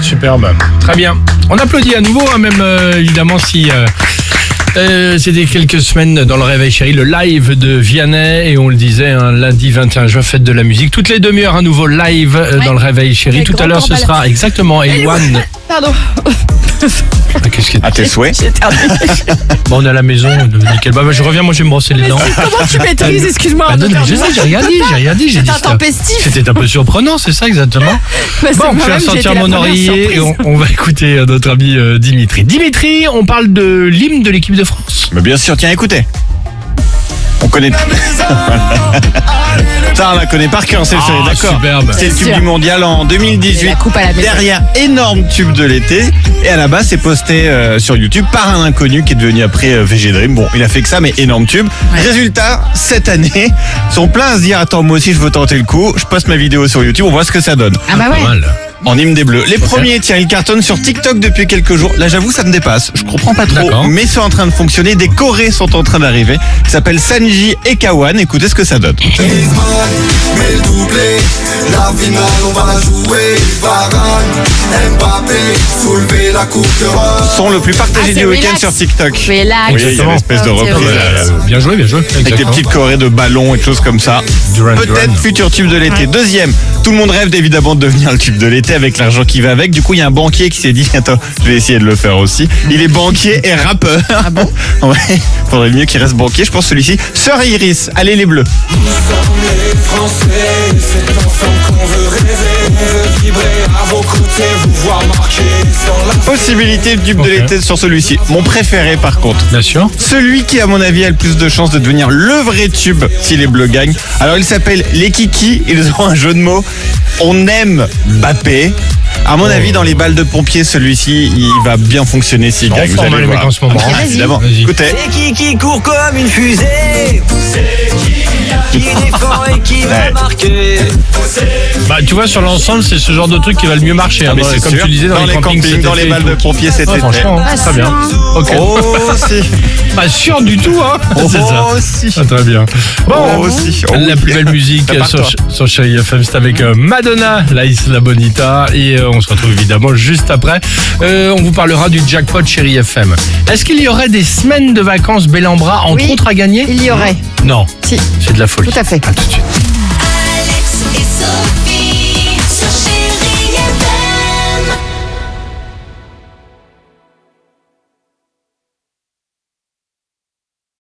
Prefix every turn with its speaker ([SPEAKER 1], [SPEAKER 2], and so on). [SPEAKER 1] Superbe.
[SPEAKER 2] Très bien. On applaudit à nouveau, hein, même euh, évidemment si. euh, euh, C'était quelques semaines dans le Réveil Chéri, le live de Vianney, et on le disait, hein, lundi 21 juin, fête de la musique. Toutes les demi-heures, un nouveau live euh, dans le Réveil Chéri.
[SPEAKER 3] Avec
[SPEAKER 2] Tout à
[SPEAKER 3] Grand
[SPEAKER 2] l'heure, ce
[SPEAKER 3] Corps
[SPEAKER 2] sera exactement Elwan.
[SPEAKER 3] Pardon.
[SPEAKER 2] Ah, qu'est-ce que-
[SPEAKER 4] À tes souhaits.
[SPEAKER 3] J'ai
[SPEAKER 2] Ah
[SPEAKER 3] terminé.
[SPEAKER 2] Bon, on est à la maison, nickel. Bah, bah, je reviens, moi je vais me brosser les dents.
[SPEAKER 3] Comment tu maîtrises, excuse-moi.
[SPEAKER 2] Bah,
[SPEAKER 3] en
[SPEAKER 2] non,
[SPEAKER 3] deux
[SPEAKER 2] non,
[SPEAKER 3] heures
[SPEAKER 2] je
[SPEAKER 3] de
[SPEAKER 2] sais, j'ai rien dit, j'ai rien dit, j'ai dit.
[SPEAKER 3] T'es
[SPEAKER 2] ça.
[SPEAKER 3] intempestif.
[SPEAKER 2] C'était un peu surprenant, c'est ça exactement.
[SPEAKER 3] Bah, c'est
[SPEAKER 2] Bon, je
[SPEAKER 3] moi-même,
[SPEAKER 2] vais
[SPEAKER 3] j'ai été
[SPEAKER 2] sortir mon
[SPEAKER 3] la première
[SPEAKER 2] oreiller et
[SPEAKER 3] surprise.
[SPEAKER 2] on, on va écouter euh, notre ami euh, Dimitri. Dimitri, on parle de l'hymne de l'équipe de France.
[SPEAKER 4] Mais bien sûr, tiens, écoutez. On connaît. Ça, on la connaît par cœur, c'est
[SPEAKER 2] Ah,
[SPEAKER 4] d'accord.
[SPEAKER 2] superbe.
[SPEAKER 4] C'est le tube
[SPEAKER 3] Sûr.
[SPEAKER 4] du mondial en
[SPEAKER 3] Et
[SPEAKER 4] 2018.
[SPEAKER 3] la coupe à la maison.
[SPEAKER 4] Derrière, énorme tube de l'été. Et à la base, c'est posté euh, sur YouTube par un inconnu qui est devenu après euh, VG Dream. Bon, il a fait que ça, mais énorme tube. Résultat, cette année, ils sont pleins à se dire Attends, moi aussi, je veux tenter le coup. Je poste ma vidéo sur YouTube, on voit ce que ça donne.
[SPEAKER 3] Ah bah
[SPEAKER 2] Pas
[SPEAKER 3] ouais.
[SPEAKER 2] mal.
[SPEAKER 4] En hymne des bleus. Les premiers, tiens, ils cartonnent sur TikTok depuis quelques jours. Là, j'avoue, ça me dépasse. Je comprends pas trop,
[SPEAKER 2] D'accord.
[SPEAKER 4] mais c'est en train de fonctionner. Des Corées sont en train d'arriver. Ils s'appellent Sanji et Kawan. Écoutez ce que ça donne.
[SPEAKER 5] Griezmann, mais le doublé. La finale, on va la jouer. Varane, Mbappé, soulever la coupe d'Europe.
[SPEAKER 4] Son le plus partagé
[SPEAKER 3] Ah, c'est
[SPEAKER 4] du week-end
[SPEAKER 3] relax.
[SPEAKER 4] sur TikTok.
[SPEAKER 3] Mais là,
[SPEAKER 4] Oui, il y a une espèce de reprise. là, là.
[SPEAKER 2] Euh, bien joué, bien joué.
[SPEAKER 4] Ah Avec des
[SPEAKER 2] Exactement.
[SPEAKER 4] petites corées de ballons et choses comme ça.
[SPEAKER 2] Duran, Duran.
[SPEAKER 4] Peut-être futur tube de l'été. Deuxième, tout le monde rêve évidemment de devenir le tube de l'été avec l'argent qui va avec. Du coup, il y a un banquier qui s'est dit Attends, je vais essayer de le faire aussi. Il est banquier et rappeur. Ah bon Ouais, faudrait mieux qu'il reste banquier. Je pense celui-ci. Sœur Iris, allez les bleus.
[SPEAKER 5] Les Français, c'est ensemble qu'on veut rêver. On veut vibrer à vos côtés, vous voir marquer sans la
[SPEAKER 4] Possibilité de tube
[SPEAKER 2] Ok.
[SPEAKER 4] de l'été sur celui-ci. Mon préféré par contre.
[SPEAKER 2] Bien sûr.
[SPEAKER 4] Celui qui, à mon avis, a le plus de chances de devenir le vrai tube si les Bleus gagnent. Alors, il s'appelle les Kiki. Ils ont un jeu de mots. On aime Bappé. À
[SPEAKER 2] Oh.
[SPEAKER 4] mon avis, dans les balles de pompier, celui-ci, il va bien fonctionner s'il
[SPEAKER 2] En
[SPEAKER 4] gagne. Vous
[SPEAKER 2] forme,
[SPEAKER 4] allez
[SPEAKER 2] les
[SPEAKER 4] voir.
[SPEAKER 2] mecs, en ce moment.
[SPEAKER 4] Ah,
[SPEAKER 2] Vas-y.
[SPEAKER 4] évidemment.
[SPEAKER 2] Vas-y. Ah,
[SPEAKER 4] Écoutez,
[SPEAKER 6] C'est qui qui court comme une fusée C'est qui qui défend et qui
[SPEAKER 4] Ouais.
[SPEAKER 6] va marquer
[SPEAKER 2] Bah, tu vois, sur l'ensemble, c'est ce genre de truc qui va le mieux marcher. hein,
[SPEAKER 4] Ah, mais
[SPEAKER 2] dans-
[SPEAKER 4] c'est
[SPEAKER 2] comme
[SPEAKER 4] sûr.
[SPEAKER 2] tu disais, dans,
[SPEAKER 4] Dans les
[SPEAKER 2] campings,
[SPEAKER 4] campings,
[SPEAKER 2] cet
[SPEAKER 4] dans les
[SPEAKER 2] été et
[SPEAKER 4] balles de
[SPEAKER 2] tout.
[SPEAKER 4] pompiers, cet
[SPEAKER 2] Ouais,
[SPEAKER 4] été.
[SPEAKER 2] Franchement,
[SPEAKER 3] Ah,
[SPEAKER 2] très bien. Ok.
[SPEAKER 4] Oh, si.
[SPEAKER 2] Pas sûr du tout, hein. C'est ça.
[SPEAKER 4] Oh, si.
[SPEAKER 2] Ah, très bien.
[SPEAKER 4] Oh, si. Oh,
[SPEAKER 2] la
[SPEAKER 4] oui.
[SPEAKER 2] plus belle musique
[SPEAKER 4] Ça part,
[SPEAKER 2] sur,
[SPEAKER 4] toi.
[SPEAKER 2] sur Chéri FM, c'est avec euh, Madonna, la Isla Bonita, et euh, on se retrouve évidemment juste après. Euh, on vous parlera du jackpot Chéri FM. Est-ce qu'il y aurait des semaines de vacances Bellambra entre
[SPEAKER 3] Oui.
[SPEAKER 2] autres à gagner
[SPEAKER 3] il y aurait.
[SPEAKER 2] Non,
[SPEAKER 3] Si,
[SPEAKER 2] c'est de la folie.
[SPEAKER 3] tout à fait.
[SPEAKER 2] À tout de suite.
[SPEAKER 7] Alex et Sophie.